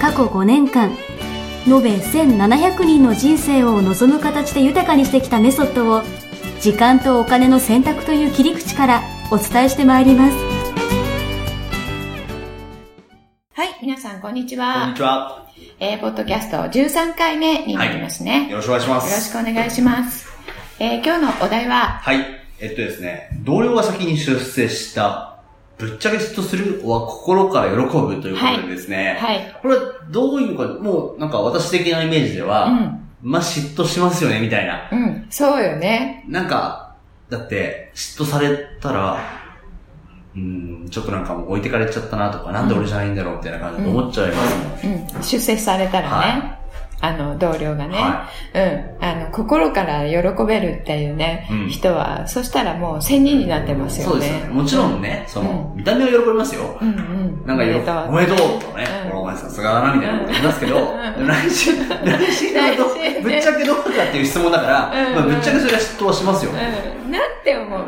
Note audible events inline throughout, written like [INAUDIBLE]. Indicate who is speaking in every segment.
Speaker 1: 過去5年間延べ1700人の人生を望む形で豊かにしてきたメソッドを時間とお金の選択という切り口からお伝えしてまいります
Speaker 2: はい、皆さんこんにち
Speaker 3: こん
Speaker 2: は
Speaker 3: に。ちは。
Speaker 2: えー、ポッドキャスト13回目になりますね、
Speaker 3: よろしくお願いしま
Speaker 2: よろし
Speaker 3: す。
Speaker 2: くお願いします。えー、今日のお題は、
Speaker 3: はい。えっとですね、同僚が先に出世した、ぶっちゃけ嫉妬するは心から喜ぶということでですね、
Speaker 2: はい。
Speaker 3: これはどういうのか、もうなんか私的なイメージでは、
Speaker 2: うん。
Speaker 3: まあ嫉妬しますよね、みたいな。
Speaker 2: うん。そうよね。
Speaker 3: なんか、だって、嫉妬されたら、うん、ちょっとなんかもう置いてかれちゃったなとか、なんで俺じゃないんだろうみたいな感じで思っちゃいますもん。
Speaker 2: うん。出世されたらね、あの、同僚がね、
Speaker 3: は
Speaker 2: うん。あの、心から喜べるっていうね、
Speaker 3: うん
Speaker 2: 人は、そしたらもう1000人になってますよね。
Speaker 3: そうですよね。もちろんね、その、見た目は喜びますよ。
Speaker 2: うんうん。
Speaker 3: なんかよ、おめでとうとかね、
Speaker 2: うん
Speaker 3: お前さすがだなみたいなこと言いますけど、
Speaker 2: うん
Speaker 3: 来週、来
Speaker 2: [LAUGHS]
Speaker 3: 週のこと
Speaker 2: 来週
Speaker 3: ぶっちゃけどうかっていう質問だから、
Speaker 2: うん
Speaker 3: まあ、ぶっちゃけそれは嫉妬はしますよ。
Speaker 2: うん。なんて思う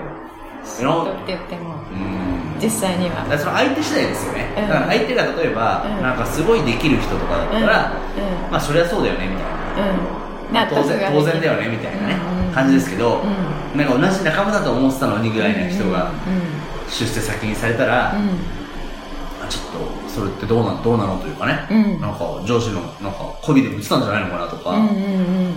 Speaker 2: 嫉妬って言っても、
Speaker 3: うん。
Speaker 2: 実際に
Speaker 3: だ
Speaker 2: は。
Speaker 3: からその相手次第ですよね。
Speaker 2: うん
Speaker 3: だから相手が例えば、
Speaker 2: うん
Speaker 3: なんかすごいできる人とかだったら、
Speaker 2: うん。うん
Speaker 3: まあそりゃそうだよね、みたいな。
Speaker 2: うん
Speaker 3: まあ当然、当然だよ
Speaker 2: ね。
Speaker 3: ね、みたいなね
Speaker 2: うん、
Speaker 3: 感じですけど
Speaker 2: う、ん。
Speaker 3: なんか同じ仲間だと思ってたのにぐらいの人が
Speaker 2: う
Speaker 3: 出世先にされたら、
Speaker 2: ん。
Speaker 3: あちょっと、それってどうな、どうなのというかね。
Speaker 2: うん。うん。
Speaker 3: なんか上司のなんか媚びで打ってたんじゃないのかなと
Speaker 2: う
Speaker 3: か、
Speaker 2: んうんうん。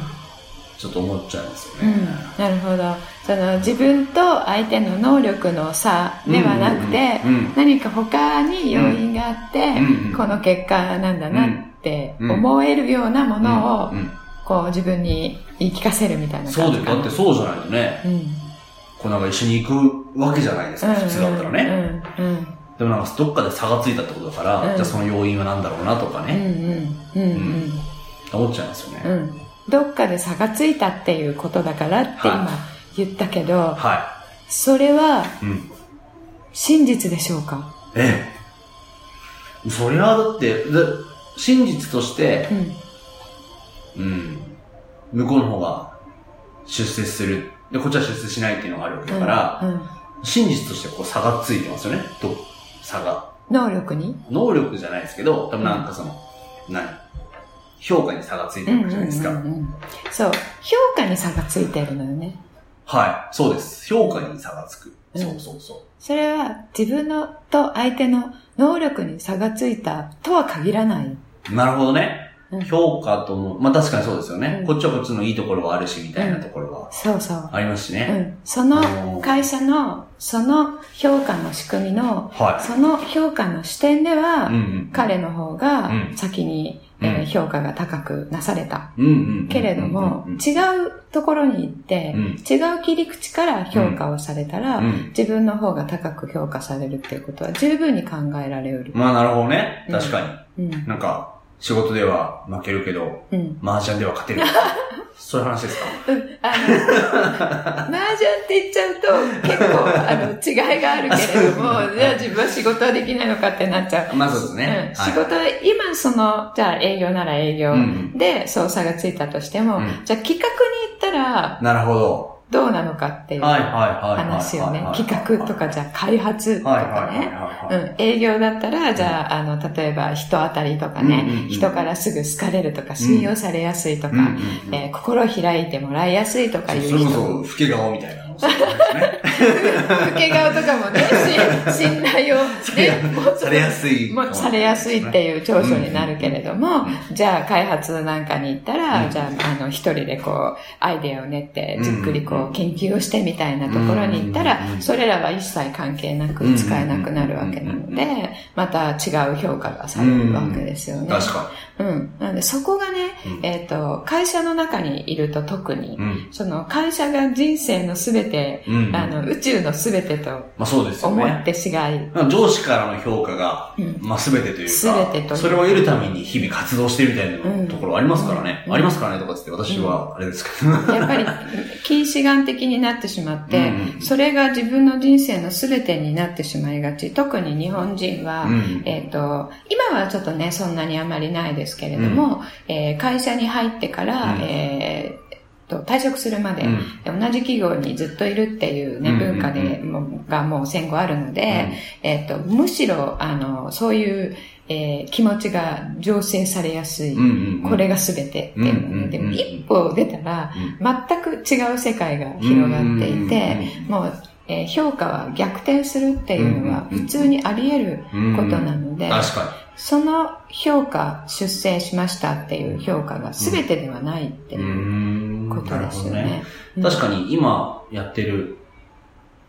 Speaker 3: ちょっと思っちゃいますよ
Speaker 2: う
Speaker 3: ね。
Speaker 2: ん、なるほどその自分と相手の能力の差ではなくて、
Speaker 3: うんうんうんうん
Speaker 2: 何か他に要因があって、
Speaker 3: うんうん
Speaker 2: この結果なんだなって思えるようなものを、
Speaker 3: うん
Speaker 2: こう自分に言い聞かせるみたいな
Speaker 3: そう
Speaker 2: 感
Speaker 3: だ
Speaker 2: じ
Speaker 3: よ。
Speaker 2: か
Speaker 3: だってそうじゃないとね、
Speaker 2: うん、
Speaker 3: こうなんか一緒に行くわけじゃないですか、普通だったらね。
Speaker 2: うんうん
Speaker 3: でもなんかどっかで差がついたってことだから、
Speaker 2: うん
Speaker 3: じゃあその要因は何だろうなとか
Speaker 2: うん
Speaker 3: ね、
Speaker 2: うんうんうん
Speaker 3: 思っちゃいますよね。
Speaker 2: うんうんどっかで差がついたっていうことだからって今言ったけど、
Speaker 3: は。
Speaker 2: それはい
Speaker 3: うん。
Speaker 2: 真実でしょうか
Speaker 3: ええ。そりゃだって、だ真実として
Speaker 2: う、ん
Speaker 3: うん、向こうの方が出世する。で、こっちは出世しないっていうのがあるわけだから、
Speaker 2: うんうん
Speaker 3: 真実としてこう差がついてますよね。と、差が。
Speaker 2: 能力に
Speaker 3: 能力じゃないですけど、多分なんかその、何評価に差がついてるわけじゃないですか。
Speaker 2: うんうんうんうんそう評価に差がついてるのよね
Speaker 3: はい、そうです。評価に差がつく。
Speaker 2: うん
Speaker 3: そうそうそ。
Speaker 2: それは自分のと相手の能力に差がついたとは限らないう
Speaker 3: なるほどね
Speaker 2: うん。
Speaker 3: 評価とも、まあ確かにそうですよね。
Speaker 2: うん
Speaker 3: こっちはこっちのいいところはあるし、みたいなところは
Speaker 2: そうそう、
Speaker 3: ありますし
Speaker 2: う
Speaker 3: ね。
Speaker 2: ん、その
Speaker 3: おー
Speaker 2: 会社のその評価の仕組みの
Speaker 3: は
Speaker 2: その評価の視点で
Speaker 3: い。
Speaker 2: は、
Speaker 3: うんうん。
Speaker 2: 彼の方が
Speaker 3: うん
Speaker 2: 先に、えー
Speaker 3: うん
Speaker 2: 評価が高くなされた
Speaker 3: うんうんうん。
Speaker 2: けれども、
Speaker 3: うんうん
Speaker 2: 違うところに行って、
Speaker 3: うん
Speaker 2: 違う切り口から評価をされたら、
Speaker 3: うん。
Speaker 2: 自分の方が高く評価されるっていうことは十分に考えられる。
Speaker 3: まあなるほどね。
Speaker 2: うん
Speaker 3: 確か
Speaker 2: う
Speaker 3: に。
Speaker 2: ん。
Speaker 3: なんか、仕事では負けるけど、
Speaker 2: うん。
Speaker 3: 麻雀では勝
Speaker 2: [LAUGHS]
Speaker 3: てる。そういう話ですか
Speaker 2: うん。あの、 [LAUGHS] 麻雀って言っちゃうと結構、あの、違いがあるけれども、じゃあ自分は仕事はできないのかってなっちゃう。
Speaker 3: まあそうですね。
Speaker 2: うん、仕事、今その、じゃあ営業なら営業
Speaker 3: うんうん
Speaker 2: で操作がついたとしても、
Speaker 3: うん
Speaker 2: じゃあ企画に行ったら
Speaker 3: なるほど。
Speaker 2: どうなのかっていう
Speaker 3: はいはいはいはいはい。
Speaker 2: 話よね。企画とかじゃあ開発と
Speaker 3: はいはい
Speaker 2: か
Speaker 3: はい
Speaker 2: ね。
Speaker 3: は
Speaker 2: う
Speaker 3: い。
Speaker 2: ん、営業だったら、じゃあ、あの、例えば人当たりとかね、
Speaker 3: うんうんうん
Speaker 2: 人からすぐ好かれるとか、信用されやすいとか、
Speaker 3: うんうんうん
Speaker 2: えー心開いてもらいやすいとかいう
Speaker 3: そ
Speaker 2: 人、
Speaker 3: れこそ、老け顔みたいなの。そうですね
Speaker 2: 受け顔とかもね、
Speaker 3: [LAUGHS]
Speaker 2: し信頼を、 [LAUGHS] ね、もう
Speaker 3: されやすい。
Speaker 2: もうされやすいっていう長所になるけれども、じゃあ開発なんかに行ったら、
Speaker 3: うん
Speaker 2: じゃあ、あの、一人でこう、アイデアを練って、
Speaker 3: うん
Speaker 2: じっくりこう、研究をしてみたいなところに行ったら、
Speaker 3: うん
Speaker 2: それらは一切関係なく使えなくなるわけなの
Speaker 3: う
Speaker 2: で、また違う評価がされるわけですよね。
Speaker 3: 確か
Speaker 2: うん。なんで、そこがね、
Speaker 3: うん
Speaker 2: えっ、と、会社の中にいると特に、
Speaker 3: に。うん。
Speaker 2: その会社が人生のすべて、
Speaker 3: うん
Speaker 2: あの、の宇宙のすべてと
Speaker 3: まあそうですよ
Speaker 2: 思っ
Speaker 3: ね。
Speaker 2: てしがい。
Speaker 3: まあ上司からの評価が、
Speaker 2: うん
Speaker 3: まあ全てという
Speaker 2: 全
Speaker 3: か
Speaker 2: てというか
Speaker 3: それを得るために日々活動してるみた
Speaker 2: う
Speaker 3: い
Speaker 2: ん
Speaker 3: なところありますからね。
Speaker 2: うん
Speaker 3: ありますからねとかつって、私はあれですけど。
Speaker 2: やっぱり、近視眼的になってしまって、
Speaker 3: うんうん
Speaker 2: それが自分の人生のすべてになってしまいがち。特に日本人は、
Speaker 3: うん
Speaker 2: えっ、と、今はちょっとね、そんなにあまりないですけれども、えー会社に入ってから、
Speaker 3: うん
Speaker 2: えーと退職するまで、
Speaker 3: うん
Speaker 2: 同じ企業にずっといるっていうね、
Speaker 3: うんうんうん
Speaker 2: 文化でもうがもう戦後あるので、えっ、と、むしろ、あの、そういう、えー気持ちが醸成されやすい。
Speaker 3: うんうんうん
Speaker 2: これが全てっていうので、
Speaker 3: うんうんうんうん
Speaker 2: 一歩出たら、全く違う世界が広がっていて、、もう、えー評価は逆転するっていうのは
Speaker 3: うんうんう
Speaker 2: 普
Speaker 3: ん
Speaker 2: 通にあり得る
Speaker 3: こと
Speaker 2: ことなので、
Speaker 3: 確か
Speaker 2: その評価、出世しましたっていう評価が全てではないって
Speaker 3: に。う
Speaker 2: いうんこと
Speaker 3: なる
Speaker 2: で
Speaker 3: ほ
Speaker 2: すよ
Speaker 3: どね。
Speaker 2: ね。うん
Speaker 3: 確かに今やってる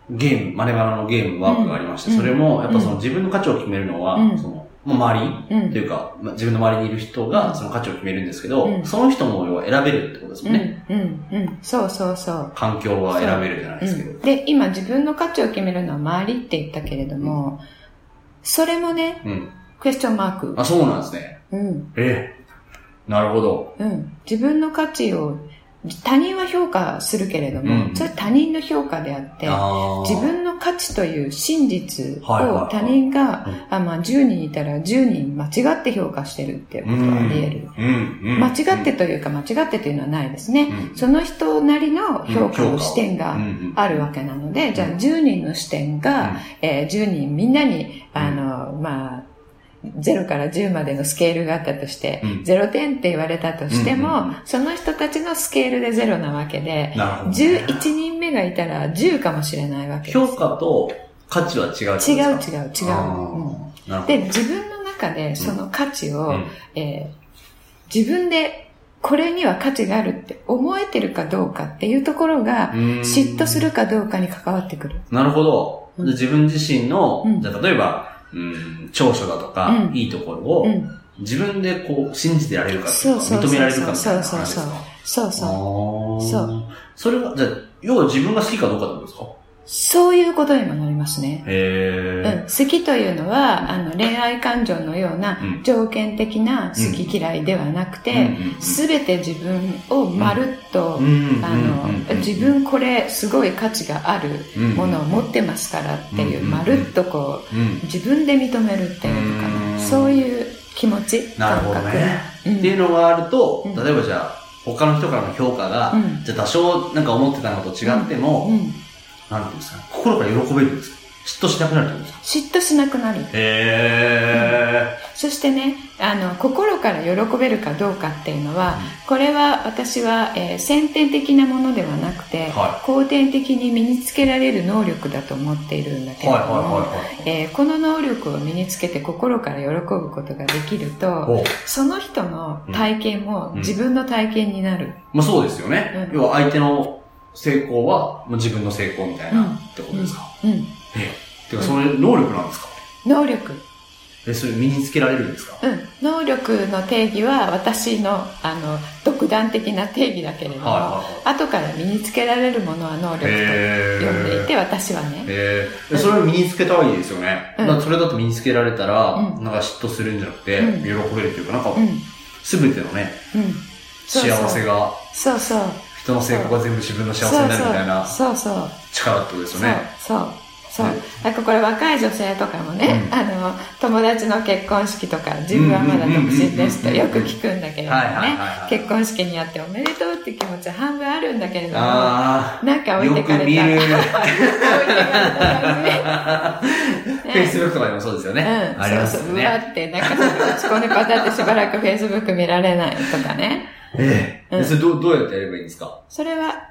Speaker 3: ゲーム、マネバラのゲームワークがありまして、
Speaker 2: うん
Speaker 3: それもやっぱその
Speaker 2: うん
Speaker 3: 自分の価値を決めるのは、
Speaker 2: うん
Speaker 3: そのまあ周り
Speaker 2: うん
Speaker 3: というか、まあ自分の周りにいる人がその価値を決めるんですけど、
Speaker 2: うん
Speaker 3: その人も要は選べるってことですもんね。
Speaker 2: うん、うん、うん。そうそうそう。
Speaker 3: 環境は選べるじゃないですけど。
Speaker 2: うんで、今自分の価値を決めるのは周りって言ったけれども、それもね、
Speaker 3: うん、
Speaker 2: クエスチョンマーク。
Speaker 3: あ、そうなんですね。
Speaker 2: うん。
Speaker 3: ええ。なるほど。
Speaker 2: うん、自分の価値を他人は評価するけれども、
Speaker 3: うん
Speaker 2: それは他人の評価であって
Speaker 3: あー
Speaker 2: 自分の価値という真実
Speaker 3: はいはい
Speaker 2: を
Speaker 3: はい
Speaker 2: 他人が、
Speaker 3: うん
Speaker 2: あまあ、10人いたら10人間違って評価してるっていうことはあり得る、
Speaker 3: うんうん
Speaker 2: 間違ってというか間違ってというのはないです
Speaker 3: う
Speaker 2: ね、
Speaker 3: ん
Speaker 2: その人なりの評価の視点
Speaker 3: うん
Speaker 2: が
Speaker 3: うん
Speaker 2: あるわけなので、じゃあ10人の視点が、えー10人みんなに、あの、まあ、0から10までのスケールがあったとして、
Speaker 3: うん
Speaker 2: 0点って言われたとしても、
Speaker 3: うんうんうん
Speaker 2: その人たちのスケールで0なわけで、
Speaker 3: なるほどね。
Speaker 2: 11人目がいたら10かもしれないわけです。
Speaker 3: 評価と価値は違うってことです
Speaker 2: 違う
Speaker 3: か
Speaker 2: 違う違う、うん
Speaker 3: あーなるほど。
Speaker 2: で、自分の中でその価値を、
Speaker 3: うん
Speaker 2: えー自分でこれには価値があるって思えてるかどうかっていうところが、
Speaker 3: うん
Speaker 2: 嫉妬するかどうかに関わってくる。
Speaker 3: なるほど。
Speaker 2: うん
Speaker 3: で自分自身の、
Speaker 2: うん
Speaker 3: じゃあ例えば、うん、長所だとか、
Speaker 2: うん
Speaker 3: いいところ
Speaker 2: う
Speaker 3: を、
Speaker 2: ん
Speaker 3: 自分でこう、信じてられるかってい
Speaker 2: そうう
Speaker 3: か、
Speaker 2: そうそう
Speaker 3: 認められるかみたいな
Speaker 2: そう
Speaker 3: 話
Speaker 2: そう
Speaker 3: です
Speaker 2: そうそ
Speaker 3: か。
Speaker 2: うそう。
Speaker 3: そう
Speaker 2: そ
Speaker 3: それは、じゃあ要は自分が好きかどうかってことですか
Speaker 2: そういうことにもなりますね。
Speaker 3: へ
Speaker 2: うん、
Speaker 3: ー。
Speaker 2: 好きというのはあの恋愛感情のような
Speaker 3: うん
Speaker 2: 条件的な好き嫌いではなくて、すべて自分をまるっと、あの自分これすごい価値があるものを持ってますからっていう、
Speaker 3: うん
Speaker 2: まるっとこ
Speaker 3: 分、うん
Speaker 2: う自分で認めるっていうのかな、
Speaker 3: うん
Speaker 2: そういう気持ち
Speaker 3: なる
Speaker 2: 感
Speaker 3: ほど
Speaker 2: 覚、
Speaker 3: ね。
Speaker 2: うん
Speaker 3: っていうのがあると、
Speaker 2: うん
Speaker 3: 例えばじゃあ、他の人からの評価が、
Speaker 2: うん
Speaker 3: じゃあ多少なんか思ってたのと違っても、
Speaker 2: うん、
Speaker 3: なんていうんですかね、心から喜べるんですか嫉妬しなくなるってことですか
Speaker 2: 嫉妬しなくなる
Speaker 3: へ
Speaker 2: そしてねあの心から喜べるかどうかっていうのは、これは私は、えー先天的なものではなくて、
Speaker 3: は
Speaker 2: 後天的に身につけられる能力だと思っているんだけれ
Speaker 3: ー。は
Speaker 2: ど
Speaker 3: い
Speaker 2: も、
Speaker 3: はいはいはい。
Speaker 2: えーこの能力を身につけて心から喜ぶことができると
Speaker 3: お
Speaker 2: その人の体験も
Speaker 3: うん
Speaker 2: 自分の体験になる、
Speaker 3: まあそうですよね。
Speaker 2: うん
Speaker 3: 要は相手の成功は、もう自分の成功みたいな、
Speaker 2: うん
Speaker 3: ってことですか、
Speaker 2: うん
Speaker 3: てか、それ能力なんですか
Speaker 2: 能力、
Speaker 3: え、それ身につけられるんですか
Speaker 2: うん、能力の定義は私のあの独断的な定義だけれども、
Speaker 3: はいはいはい。
Speaker 2: 後から身につけられるものは能力と
Speaker 3: へ
Speaker 2: 呼んでいて私はね
Speaker 3: えー、それを身につけた方がいいですよね。
Speaker 2: うん
Speaker 3: だからそれだと身につけられたら、
Speaker 2: う
Speaker 3: なんか嫉妬するんじゃなくて、
Speaker 2: うん
Speaker 3: 喜べるというか、なんか
Speaker 2: う、ん
Speaker 3: すべてのね、
Speaker 2: うんそうそう
Speaker 3: 幸せが、
Speaker 2: そうそう
Speaker 3: 人の成功が全部自分の幸せになるみたいな
Speaker 2: そうそうそう
Speaker 3: 力ってことですよね。
Speaker 2: そうそうそう、
Speaker 3: ね
Speaker 2: なんかこれ若い女性とかもね、
Speaker 3: うん
Speaker 2: あの友達の結婚式とか自分はまだ独身ですと
Speaker 3: うんうんうんうんうん
Speaker 2: よく聞くんだけれども
Speaker 3: はいはい
Speaker 2: ね
Speaker 3: はいはい
Speaker 2: 結婚式にあっておめでとうって気持ちは半分あるんだけれどもな
Speaker 3: あ
Speaker 2: んか
Speaker 3: あ、
Speaker 2: 置い
Speaker 3: よ
Speaker 2: て
Speaker 3: く
Speaker 2: かれた
Speaker 3: 見
Speaker 2: [LAUGHS] 置い。
Speaker 3: る
Speaker 2: てかれた感じ
Speaker 3: Facebook とかでもそうですよね。
Speaker 2: うん、
Speaker 3: [LAUGHS] あります
Speaker 2: そうそう、
Speaker 3: よ
Speaker 2: うわ
Speaker 3: ね。
Speaker 2: って、なんか打ち込んでパタってしばらく Facebook 見られないとかね。
Speaker 3: ええ
Speaker 2: うん
Speaker 3: でそれどうどうやってやればいいんですか
Speaker 2: それは、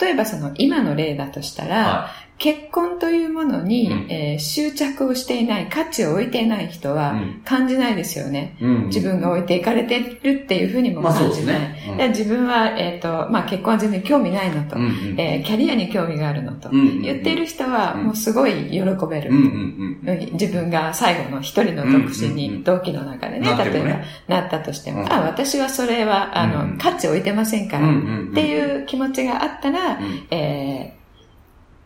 Speaker 2: 例えばその今の例だとしたら、
Speaker 3: は
Speaker 2: 結婚というものに、
Speaker 3: うん
Speaker 2: えー執着をしていない、価値を置いていない人は
Speaker 3: うん
Speaker 2: 感じないですよね。
Speaker 3: い。うん
Speaker 2: 自分が置いていかれてるっていうふうにも
Speaker 3: まあそう
Speaker 2: 感
Speaker 3: で
Speaker 2: じ
Speaker 3: す
Speaker 2: ない。
Speaker 3: ね。うん
Speaker 2: で自分は、えっ、と、まあ結婚は全然興味ないのと、
Speaker 3: うんうん
Speaker 2: えーキャリアに興味があるのと、
Speaker 3: うんうん
Speaker 2: 言っている人は
Speaker 3: うん
Speaker 2: もうすごい喜べる。
Speaker 3: うんうん
Speaker 2: うん自分が最後の一人の独身
Speaker 3: うんうんう
Speaker 2: に
Speaker 3: ん
Speaker 2: 同期の中でね、
Speaker 3: なって
Speaker 2: 例え
Speaker 3: も
Speaker 2: ば
Speaker 3: ね
Speaker 2: なったとしても、
Speaker 3: うん
Speaker 2: あ、私はそれは、あの、
Speaker 3: うん
Speaker 2: 価値置いてませんか
Speaker 3: う
Speaker 2: ら、
Speaker 3: ん。
Speaker 2: っていうう気持ちがあったら、
Speaker 3: ん。
Speaker 2: えー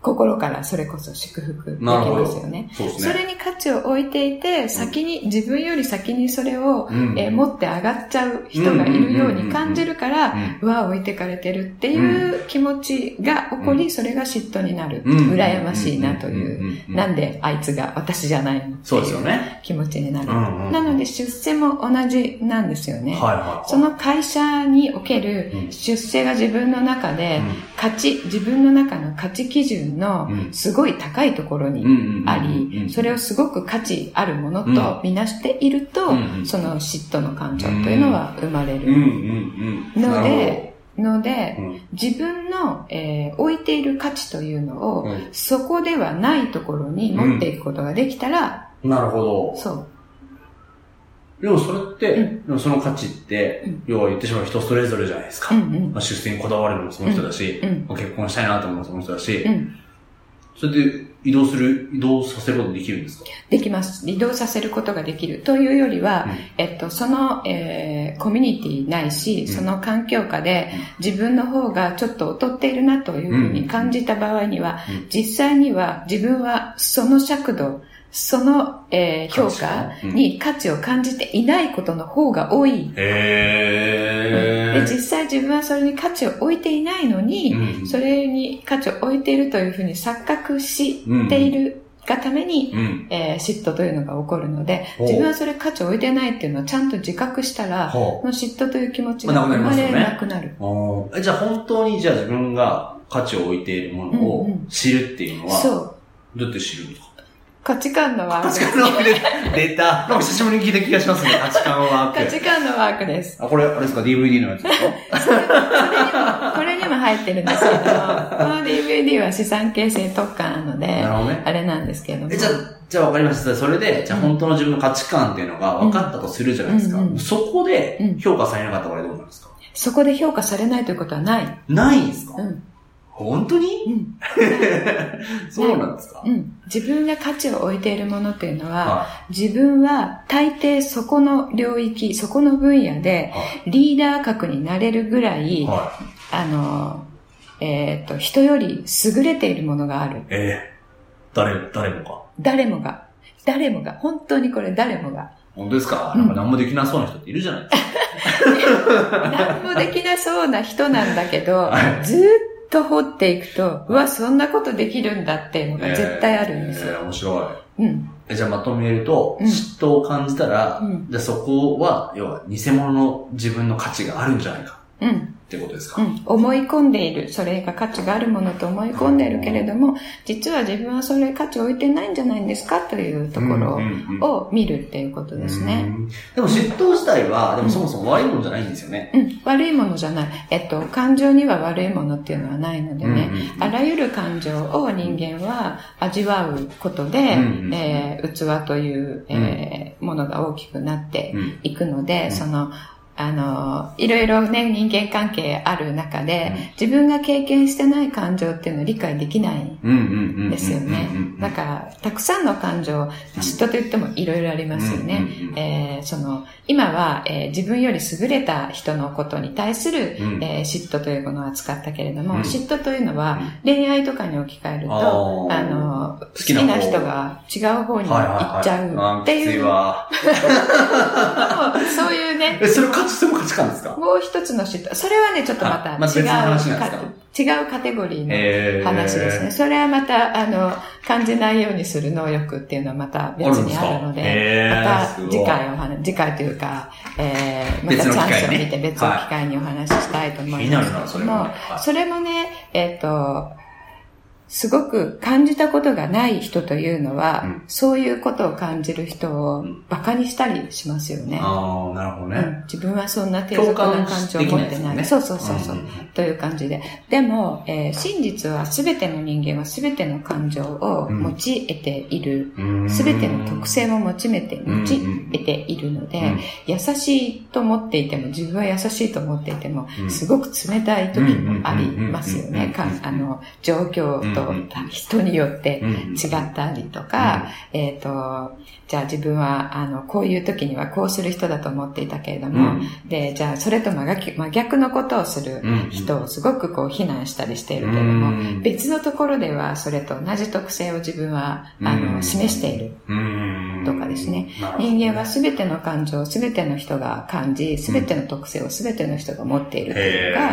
Speaker 2: 心からそれこそ祝福でき
Speaker 3: なるほ
Speaker 2: ま
Speaker 3: ど。
Speaker 2: すよね。
Speaker 3: そうです
Speaker 2: そ
Speaker 3: ね。
Speaker 2: れに価値を置いていて、先に、自分より先にそれを、
Speaker 3: うん
Speaker 2: えー持って上がっちゃう人がいるように感じるから、
Speaker 3: う
Speaker 2: うわ、置いてかれてるっていう気持ちが起こり、それが嫉妬になる。
Speaker 3: ん
Speaker 2: 羨ましいなという。
Speaker 3: うう
Speaker 2: なんであいつが私じゃないのって
Speaker 3: そうです
Speaker 2: い
Speaker 3: よ
Speaker 2: う
Speaker 3: ね。
Speaker 2: 気持ちになる。
Speaker 3: うんうん
Speaker 2: なので出世も同じなんですよね。
Speaker 3: はいはい。
Speaker 2: その会社における
Speaker 3: うん
Speaker 2: 出世が自分の中で
Speaker 3: うん
Speaker 2: 価値、自分の中の価値基準の
Speaker 3: うん
Speaker 2: すごい高いところ
Speaker 3: うんう
Speaker 2: に
Speaker 3: んうん
Speaker 2: あ
Speaker 3: うんう
Speaker 2: り、
Speaker 3: ん
Speaker 2: それをすごく価値あるものとみなしていると
Speaker 3: うんう、ん
Speaker 2: その嫉妬の感情というのは生まれ
Speaker 3: うんうん
Speaker 2: る。
Speaker 3: うん。
Speaker 2: の
Speaker 3: なる
Speaker 2: での
Speaker 3: ほ
Speaker 2: で、
Speaker 3: ど、
Speaker 2: 自分の、えー置いている価値というの
Speaker 3: う
Speaker 2: を、
Speaker 3: ん
Speaker 2: そこではないところに持っていくことができたら、
Speaker 3: うんなるほど。
Speaker 2: そう、
Speaker 3: でもそれって、
Speaker 2: う
Speaker 3: でもその価値って、
Speaker 2: うん
Speaker 3: 要は言ってしまう人それぞれじゃないですか。
Speaker 2: うんうん
Speaker 3: まあ、出世にこだわるのもその人だし、
Speaker 2: うん
Speaker 3: まあ結婚したいなと思うのもその人だし、
Speaker 2: うん。
Speaker 3: それで移動する、移動させることできるんですか
Speaker 2: できます。移動させることができるというよりは、
Speaker 3: うん
Speaker 2: えっと、その、えーコミュニティないし、
Speaker 3: ん
Speaker 2: その環境下で自分の方がちょっと劣っているなというふうに感じた場合には、
Speaker 3: うん
Speaker 2: 実際には自分はその尺度、その、えー評価に価値を感じていないことの方が多い。で
Speaker 3: へ
Speaker 2: 実際自分はそれに価値を置いていないのに、
Speaker 3: うん
Speaker 2: それに価値を置いているというふうに錯覚し
Speaker 3: うん
Speaker 2: ているがために、
Speaker 3: うん。
Speaker 2: えー嫉妬というのが起こるので、
Speaker 3: ほう
Speaker 2: 自分はそれ価値を置いてないっていうのをちゃんと自覚したら、そ
Speaker 3: ほ
Speaker 2: の嫉妬という気持ちが
Speaker 3: まあ
Speaker 2: 生
Speaker 3: なくなり
Speaker 2: ま
Speaker 3: ますよ
Speaker 2: れ
Speaker 3: ね
Speaker 2: なくなる。
Speaker 3: うあーえじゃあ本当にじゃあ自分が価値を置いているもの
Speaker 2: うんう
Speaker 3: を
Speaker 2: ん
Speaker 3: 知るっていうのは、
Speaker 2: そう。
Speaker 3: どうやって知るんですか [LAUGHS]
Speaker 2: 価値観のワ
Speaker 3: 価値
Speaker 2: ーク。
Speaker 3: 観のワークで、出た。なんか久しぶりに聞いた気がしますね、価値観ワ
Speaker 2: 価
Speaker 3: ーク。
Speaker 2: 値観のワークです。
Speaker 3: あ、これ、あれですか、DVD のやつですか
Speaker 2: これにも入ってるんですけど、この DVD は資産形成特化なので
Speaker 3: な、るほどね。
Speaker 2: あれなんですけれども
Speaker 3: え、。じゃあ、じゃあ分かりました。それで、じゃあ本当の自分の価値観っていうのが分かったとするじゃないですか。
Speaker 2: うんうん
Speaker 3: そこで
Speaker 2: うん
Speaker 3: 評価されなかった場合どうなんですか、
Speaker 2: そこで評価されないということは
Speaker 3: [LAUGHS]
Speaker 2: ない。
Speaker 3: ないんですか、
Speaker 2: うん。
Speaker 3: 本当に
Speaker 2: うん。
Speaker 3: そうなんですか、
Speaker 2: うん。自分が価値を置いているものっていうのは、
Speaker 3: は
Speaker 2: 自分は大抵そこの領域、そこの分野
Speaker 3: い。
Speaker 2: で、
Speaker 3: は
Speaker 2: リーダー格になれるぐら
Speaker 3: い。
Speaker 2: い、
Speaker 3: は
Speaker 2: あの、えっ、と、人より優れているものがある
Speaker 3: い。。えー、誰、誰もか。
Speaker 2: 誰もが。誰もが。本当にこれ誰もが。
Speaker 3: 本当ですか
Speaker 2: うん
Speaker 3: なんか何もできなそうな人っているじゃないですか。
Speaker 2: 何もできなそうな人なんだけど
Speaker 3: [LAUGHS] は、
Speaker 2: ずーっと掘っていくと、うわ、そんなことできるんだっていうのが絶対あるんです
Speaker 3: え
Speaker 2: よ。
Speaker 3: ー面白い。
Speaker 2: うん。
Speaker 3: えじゃあまとめると、
Speaker 2: うん
Speaker 3: 嫉妬を感じたら、
Speaker 2: うん
Speaker 3: じゃあそこは、要は偽物の自分の価値があるんじゃないか
Speaker 2: うん。
Speaker 3: ってことです
Speaker 2: う
Speaker 3: か、
Speaker 2: ん。思い込んでいる。それが価値があるものと思い込んでいるけれども、実は自分はそれ価値を置いてないんじゃないんですかというとこ
Speaker 3: う
Speaker 2: ろ
Speaker 3: んうんうん
Speaker 2: を見るっていうことですね。
Speaker 3: うん。でも嫉妬自体は、でもそもそも悪いもんじゃないんですよね。
Speaker 2: うん、悪いものじゃない。えっと、感情には悪いものっていうのはないのでね、
Speaker 3: うんうん
Speaker 2: あらゆる感情を人間は味わうことで、
Speaker 3: うんうん
Speaker 2: えー器という、えーものが大きくなって
Speaker 3: うん
Speaker 2: いくので、
Speaker 3: うん
Speaker 2: その、あの、いろいろね、人間関係ある中で、
Speaker 3: うん
Speaker 2: 自分が経験してない感情っていうのを理解できない。
Speaker 3: うんうんうん。
Speaker 2: ですよね
Speaker 3: うんうんうん。
Speaker 2: だから、たくさんの感情、嫉妬と言ってもいろいろありますよね。
Speaker 3: うんうんうん
Speaker 2: えーその、今は、えー自分より優れた人のことに対する、
Speaker 3: うん
Speaker 2: えー嫉妬というものは使ったけれども、
Speaker 3: うん
Speaker 2: 嫉妬というのは、恋愛とかに置き換えると、
Speaker 3: あー
Speaker 2: あの、好
Speaker 3: 好
Speaker 2: き
Speaker 3: き
Speaker 2: な
Speaker 3: な方
Speaker 2: 人が違う方に
Speaker 3: はいはい
Speaker 2: 行っちゃ
Speaker 3: は
Speaker 2: うっ
Speaker 3: い。
Speaker 2: て
Speaker 3: あーきつ
Speaker 2: い、
Speaker 3: いうわ。
Speaker 2: そういうね、
Speaker 3: え、それ価値、それも価値観ですか
Speaker 2: もう一つの嫉妬。それはね、ちょっとまた
Speaker 3: あまた
Speaker 2: 違う
Speaker 3: 別の話なん
Speaker 2: か、違うカテゴリーの
Speaker 3: えー。
Speaker 2: 話ですね。それはまた、あの、感じないようにする能力っていうのはまた別にあるので、ま
Speaker 3: あ
Speaker 2: た
Speaker 3: るんですか
Speaker 2: 次
Speaker 3: へー
Speaker 2: 回お話、次回というか、えー、また
Speaker 3: 別
Speaker 2: チ
Speaker 3: の機
Speaker 2: ャンスを
Speaker 3: 会ね
Speaker 2: 見て別の機会にお話ししたいと思います。
Speaker 3: 気になるな、それもね。はい
Speaker 2: それもね、えっ、と、すごく感じたことがない人というのは、
Speaker 3: うん
Speaker 2: そういうことを感じる人を
Speaker 3: ん
Speaker 2: 馬鹿にしたりしますよね。
Speaker 3: ああ、なるほど
Speaker 2: う
Speaker 3: ね。
Speaker 2: ん自分はそんな低俗な感情を持っ
Speaker 3: 共感できない
Speaker 2: て
Speaker 3: です
Speaker 2: な
Speaker 3: も
Speaker 2: い。
Speaker 3: んね
Speaker 2: そうそうそうそう、
Speaker 3: うんうんう
Speaker 2: という感じで。でも、えー真実は全ての人間は全ての感情を
Speaker 3: うん
Speaker 2: 持ち得ている。
Speaker 3: うーん
Speaker 2: 全ての特性も持ちめて、
Speaker 3: うん
Speaker 2: 持ち得ているので、
Speaker 3: うん
Speaker 2: 優しいと思っていても、自分は優しいと思っていても、
Speaker 3: うん
Speaker 2: すごく冷たい時もありますよ
Speaker 3: うんうんうんうんうん
Speaker 2: ね。かあの、状況、
Speaker 3: うん
Speaker 2: と、人によって違ったりとか、えっ、と、じゃあ自分は、あの、こういう時にはこうする人だと思っていたけれども、で、じゃあそれと真逆真逆のことをする人をすごくこう非難したりしているけれども、別のところではそれと同じ特性を自分は、あの、示しているとかですね。人間は全ての感情、全ての人が感じ、全ての特性を全ての人が持っているというのが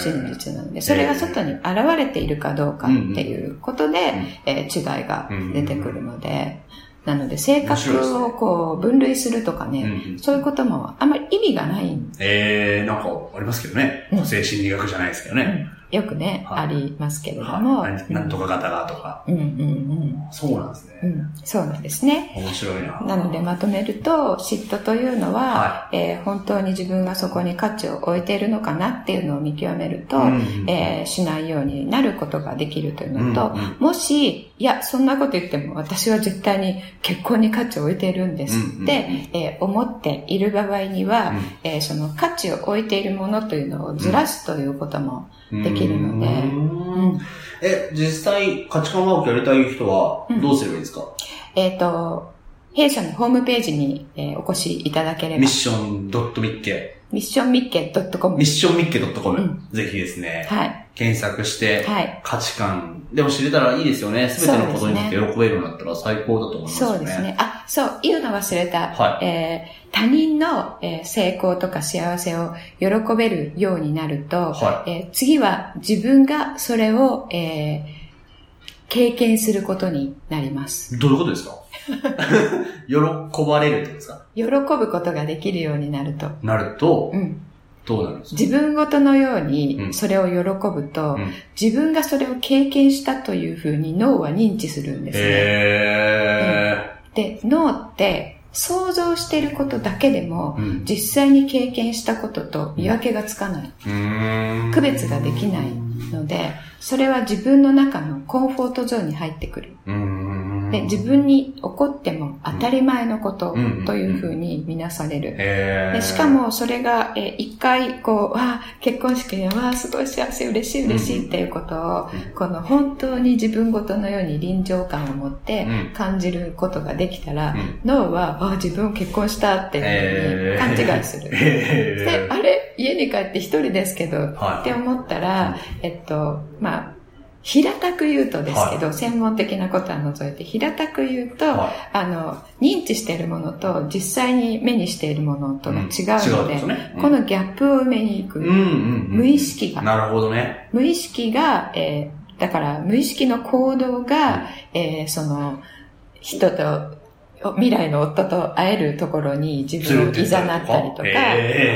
Speaker 2: 真実なので、それが外に現れているかどうかっていうことで、え違いが出てくるので、なので、性格をこう、分類するとかね、そういうこともあんまり意味がない。
Speaker 3: ええなんかありますけどね。個性心理学じゃないですけどね。
Speaker 2: よくね、ありますけれども。
Speaker 3: なんとか型がとか。
Speaker 2: うんうんうん。
Speaker 3: そうなんですね。
Speaker 2: うん、そうなんですね。
Speaker 3: 面白いな。
Speaker 2: なので、まとめると、嫉妬というのは、え本当に自分がそこに価値を置いているのかなっていうのを見極めると、えしないようになることができるというのと、もし、いや、そんなこと言っても私は絶対に結婚に価値を置いているんですって、え思っている場合には、えその価値を置いているものというのをずらすということもできるので。
Speaker 3: え、実際価値観ワークやりたい人はどうすればいいですか、
Speaker 2: えっ、と、弊社のホームページに、えお越しいただければ。
Speaker 3: ミッションドットミッケ。
Speaker 2: ミッションミッケ .com。
Speaker 3: ミッションミッケ .com。ぜひですね。
Speaker 2: はい。
Speaker 3: 検索して、
Speaker 2: はい、
Speaker 3: 価値観、でも知れたらいいですよね。すべてのことについて喜べるようになったら最高だと思いますね。
Speaker 2: そうですね。あ、そう、言うの忘れた。
Speaker 3: はい、
Speaker 2: えー、他人の、えー、成功とか幸せを喜べるようになると、
Speaker 3: はい、
Speaker 2: えー、次は自分がそれを、えー、経験することになります。
Speaker 3: どういうこ
Speaker 2: [LAUGHS]
Speaker 3: とですか喜ばれるってことですか
Speaker 2: 喜ぶことができるようになると。
Speaker 3: なると、
Speaker 2: うん、
Speaker 3: どうなるんですか
Speaker 2: 自分ごとのようにそれを喜ぶと、うん、自分がそれを経験したというふうに脳は認知するんですね。
Speaker 3: へ
Speaker 2: ーうん、で、脳って想像していることだけでも、うん、実際に経験したことと見分けがつかない。区別ができないので、それは自分の中のコンフォートゾーンに入ってくる。で、自分に起こっても当たり前のことというふうに見なされる。でしかもそれが、え一回こう、わ結婚式で、わすごい幸せ、嬉しい、嬉しいっていうことを、この本当に自分ごとのように臨場感を持って感じることができたら、脳は、あ自分結婚したっていうふうに勘違いす [LAUGHS] る。で、あれ家に帰って一人ですけど、って思ったら、えっと、まあ、平たく言うとですけど、はい、専門的なことは除いて、平たく言うと、はい、あの、認知しているものと実際に目にしているものとが違うので、うんでねうん、このギャップを埋めに行く。無意識が。
Speaker 3: なるほどね。
Speaker 2: 無意識が、えー、だから無意識の行動が、うん、えー、その、人と未来の夫と会えるところに自分を誘ったりとか、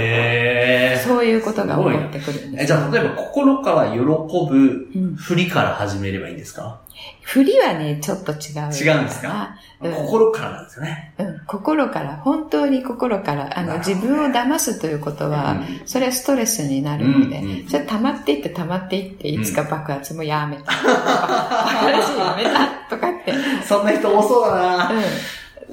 Speaker 3: え
Speaker 2: ー、そういうことが起こってくるんです
Speaker 3: じゃあ、例えば心から喜ぶ振りから始めればいいんですか、
Speaker 2: 振りはね、ちょっと違う。
Speaker 3: 違うんですか、うん、心からなんですよね。
Speaker 2: うん、心から、本当に心から、あの、ね、自分を騙すということは、うん、それはストレスになるので、うんうん、それ溜まっていって溜まっていって、いつか爆発もやめた。新しいやめたとかって。
Speaker 3: そんな人多そうだな、
Speaker 2: うん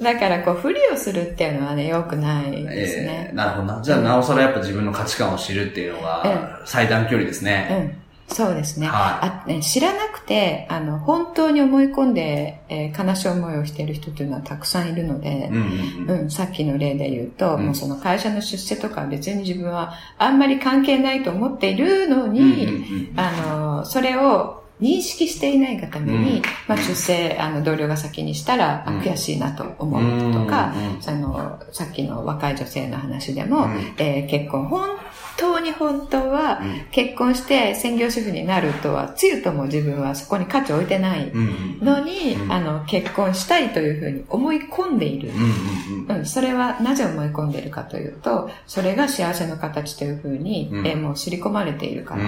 Speaker 2: だからこう、ふりをするっていうのはね、良くないですね、
Speaker 3: えー、なるほどな。じゃあ、なおさらやっぱ自分の価値観を知るっていうのが、最短距離です
Speaker 2: ね。うん。そうですね。はい、あね知らなくて、あの、本当に思い込んで、えー、悲しい思いをしている人というのはたくさんいるので、
Speaker 3: うん、
Speaker 2: うんうん、さっきの例で言うと、うん、もうその会社の出世とかは別に自分はあんまり関係ないと思っているのに、あの、それを認識していないがために、うん、まあ、出世、あの、同僚が先にしたら、うん、悔しいなと思うとか、そ、うん、の、さっきの若い女性の話でも、うん、えー、結婚、本当に本当は、結婚して専業主婦になるとは、つゆとも自分はそこに価値を置いてないのに、あの、結婚したいというふうに思い込んでいる。うん、それはなぜ思い込んでいるかというと、それが幸せの形というふうに、えー、もう刷り込まれているから。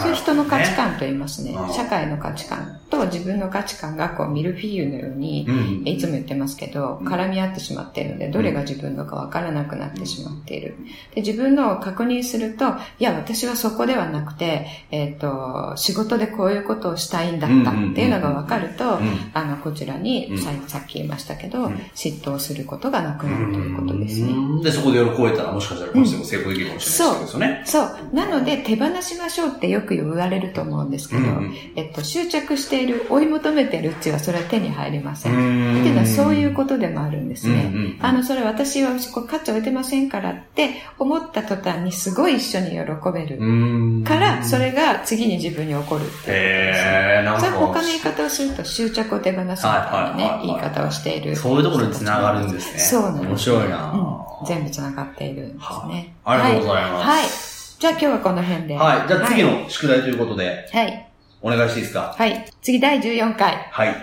Speaker 2: そういう人の価値観と言いますね。社会の価値観。と自分の価値観がこうミルフィーユのように、
Speaker 3: うん
Speaker 2: いつも言ってますけど、絡み合ってしまっているので、どれが自分のかわからなくなってしまっている。で、自分のを確認すると、いや、私はそこではなくて、えっ、と、仕事でこういうことをしたいんだったっていうのがわかると、
Speaker 3: うん
Speaker 2: あの、こちらにさ、さっき言いましたけど、嫉妬をすることがなくなるということですね。
Speaker 3: うんで、そこで喜べたら、もしかしたらこの人も成功できるかもしれないですよね。
Speaker 2: そう。なので、手放しましょうってよく言われると思うんですけど、
Speaker 3: うんうん
Speaker 2: えっと、執着している、追い求めているうちは、それは手に入りません。
Speaker 3: ん
Speaker 2: っていうのはそういうことでもあるんですね。
Speaker 3: うんうんうん
Speaker 2: あの、それ私はそこ価値を置いてませんからって思った途端にすごい一緒に喜べる。
Speaker 3: うん
Speaker 2: から、それが次に自分に起こるっていうことですね。
Speaker 3: へえ、なん
Speaker 2: そ
Speaker 3: か
Speaker 2: れは他の言い方をすると執着を手放すみたいな
Speaker 3: はい
Speaker 2: ね
Speaker 3: は、いはいはい
Speaker 2: 言い方をしている。
Speaker 3: そういうところに繋がるんですね。
Speaker 2: そうなんです。
Speaker 3: 面白いな、
Speaker 2: うん全部繋がっているんですね。
Speaker 3: はいありがとうございます
Speaker 2: はい。はいじゃあ今日はこの辺で。
Speaker 3: はい。じゃあ次の宿題ということで、
Speaker 2: はい。
Speaker 3: お願いしていいですか
Speaker 2: はい。次第14回。
Speaker 3: はい。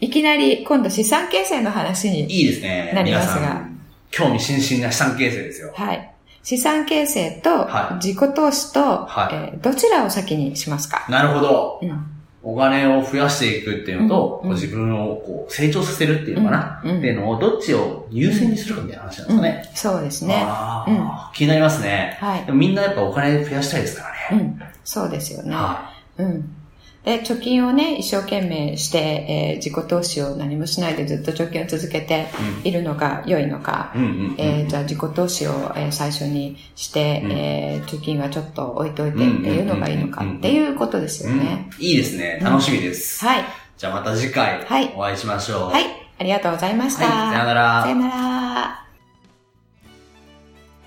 Speaker 2: いきなり今度資産形成の話に。
Speaker 3: いいですね。
Speaker 2: なりますが
Speaker 3: 皆さん、興味津々な資産形成ですよ。
Speaker 2: はい。資産形成と
Speaker 3: は
Speaker 2: 自己投資と、
Speaker 3: はい
Speaker 2: えーどちらを先にしますか、
Speaker 3: なるほど。
Speaker 2: うん、
Speaker 3: お金を増やしていくっていうのと、
Speaker 2: うんうん
Speaker 3: 自分をこう成長させるっていうのかな、
Speaker 2: うんうん
Speaker 3: っていうのをどっちを優先にするかみたいな話なんですかね。
Speaker 2: そうですね。
Speaker 3: あー気になりますね。
Speaker 2: はい
Speaker 3: でもみんなやっぱお金増やしたいですから
Speaker 2: う
Speaker 3: ね。
Speaker 2: ん、そうですよね。
Speaker 3: は
Speaker 2: うん。で、貯金をね、一生懸命して、えー自己投資を何もしないでずっと貯金を続けているのが良いのか
Speaker 3: い。、うんうんうん。
Speaker 2: えーじゃあ自己投資を、えー最初にして、
Speaker 3: うん
Speaker 2: えー貯金はちょっと置いといてっていうのがいいのかっていうことですよ
Speaker 3: うん
Speaker 2: ね。
Speaker 3: いいですね。楽しみです。
Speaker 2: はい。
Speaker 3: じゃあまた次回
Speaker 2: はい
Speaker 3: お会いしましょう。
Speaker 2: はい。ありがとうございました。
Speaker 3: はいさよなら
Speaker 2: さよなら。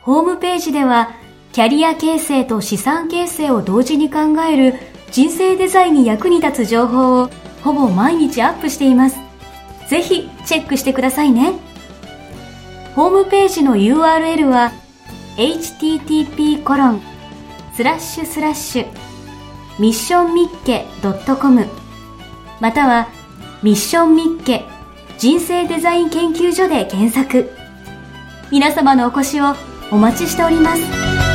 Speaker 1: ホームページでは、キャリア形成と資産形成を同時に考える人生デザインに役に立つ情報をほぼ毎日アップしています。ぜひチェックしてくださいね。ホームページの URL は http:// コロンスラッシュスラッシュミッションミッケ .com またはミッションミッケ人生デザイン研究所で検索。皆様のお越しをお待ちしております。